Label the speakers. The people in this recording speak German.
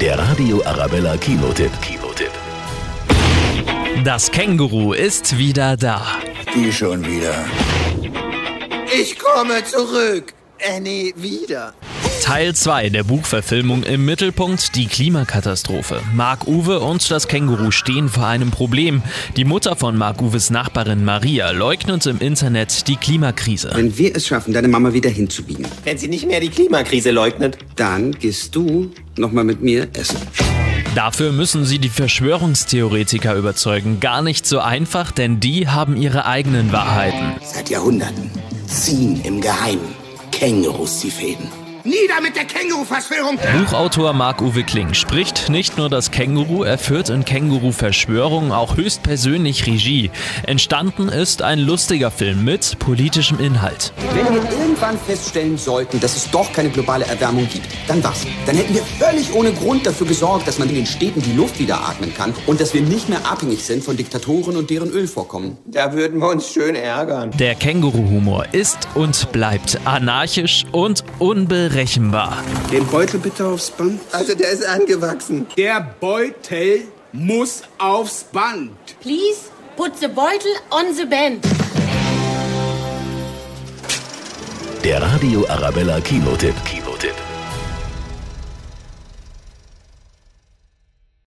Speaker 1: Der Radio Arabella Kinotipp. Kinotipp.
Speaker 2: Das Känguru ist wieder da.
Speaker 3: Die schon wieder.
Speaker 4: Ich komme zurück. Äh, nee, wieder.
Speaker 2: Teil 2 der Buchverfilmung im Mittelpunkt die Klimakatastrophe. Mark Uwe und das Känguru stehen vor einem Problem. Die Mutter von Mark Uwes Nachbarin Maria leugnet im Internet die Klimakrise.
Speaker 5: Wenn wir es schaffen, deine Mama wieder hinzubiegen,
Speaker 4: Wenn sie nicht mehr die Klimakrise leugnet.
Speaker 5: dann gehst du nochmal mit mir essen.
Speaker 2: Dafür müssen sie die Verschwörungstheoretiker überzeugen. Gar nicht so einfach, denn die haben ihre eigenen Wahrheiten.
Speaker 3: Seit Jahrhunderten ziehen im Geheimen Kängurus die Fäden.
Speaker 4: Nieder mit der Känguru-Verschwörung.
Speaker 2: Buchautor Marc-Uwe Kling spricht nicht nur das Känguru, er führt in Känguru-Verschwörung auch höchstpersönlich Regie. Entstanden ist ein lustiger Film mit politischem Inhalt.
Speaker 5: Wenn wir irgendwann feststellen sollten, dass es doch keine globale Erwärmung gibt, dann was? Dann hätten wir völlig ohne Grund dafür gesorgt, dass man in den Städten die Luft wieder atmen kann und dass wir nicht mehr abhängig sind von Diktatoren und deren Ölvorkommen.
Speaker 4: Da würden wir uns schön ärgern.
Speaker 2: Der Känguru-Humor ist und bleibt anarchisch und unberechenbar.
Speaker 5: Den Beutel bitte aufs Band.
Speaker 4: Also der ist angewachsen.
Speaker 6: Der Beutel muss aufs Band.
Speaker 7: Please put the bottle on the bench.
Speaker 1: Der Radio Arabella Kinotipp. Kinotipp.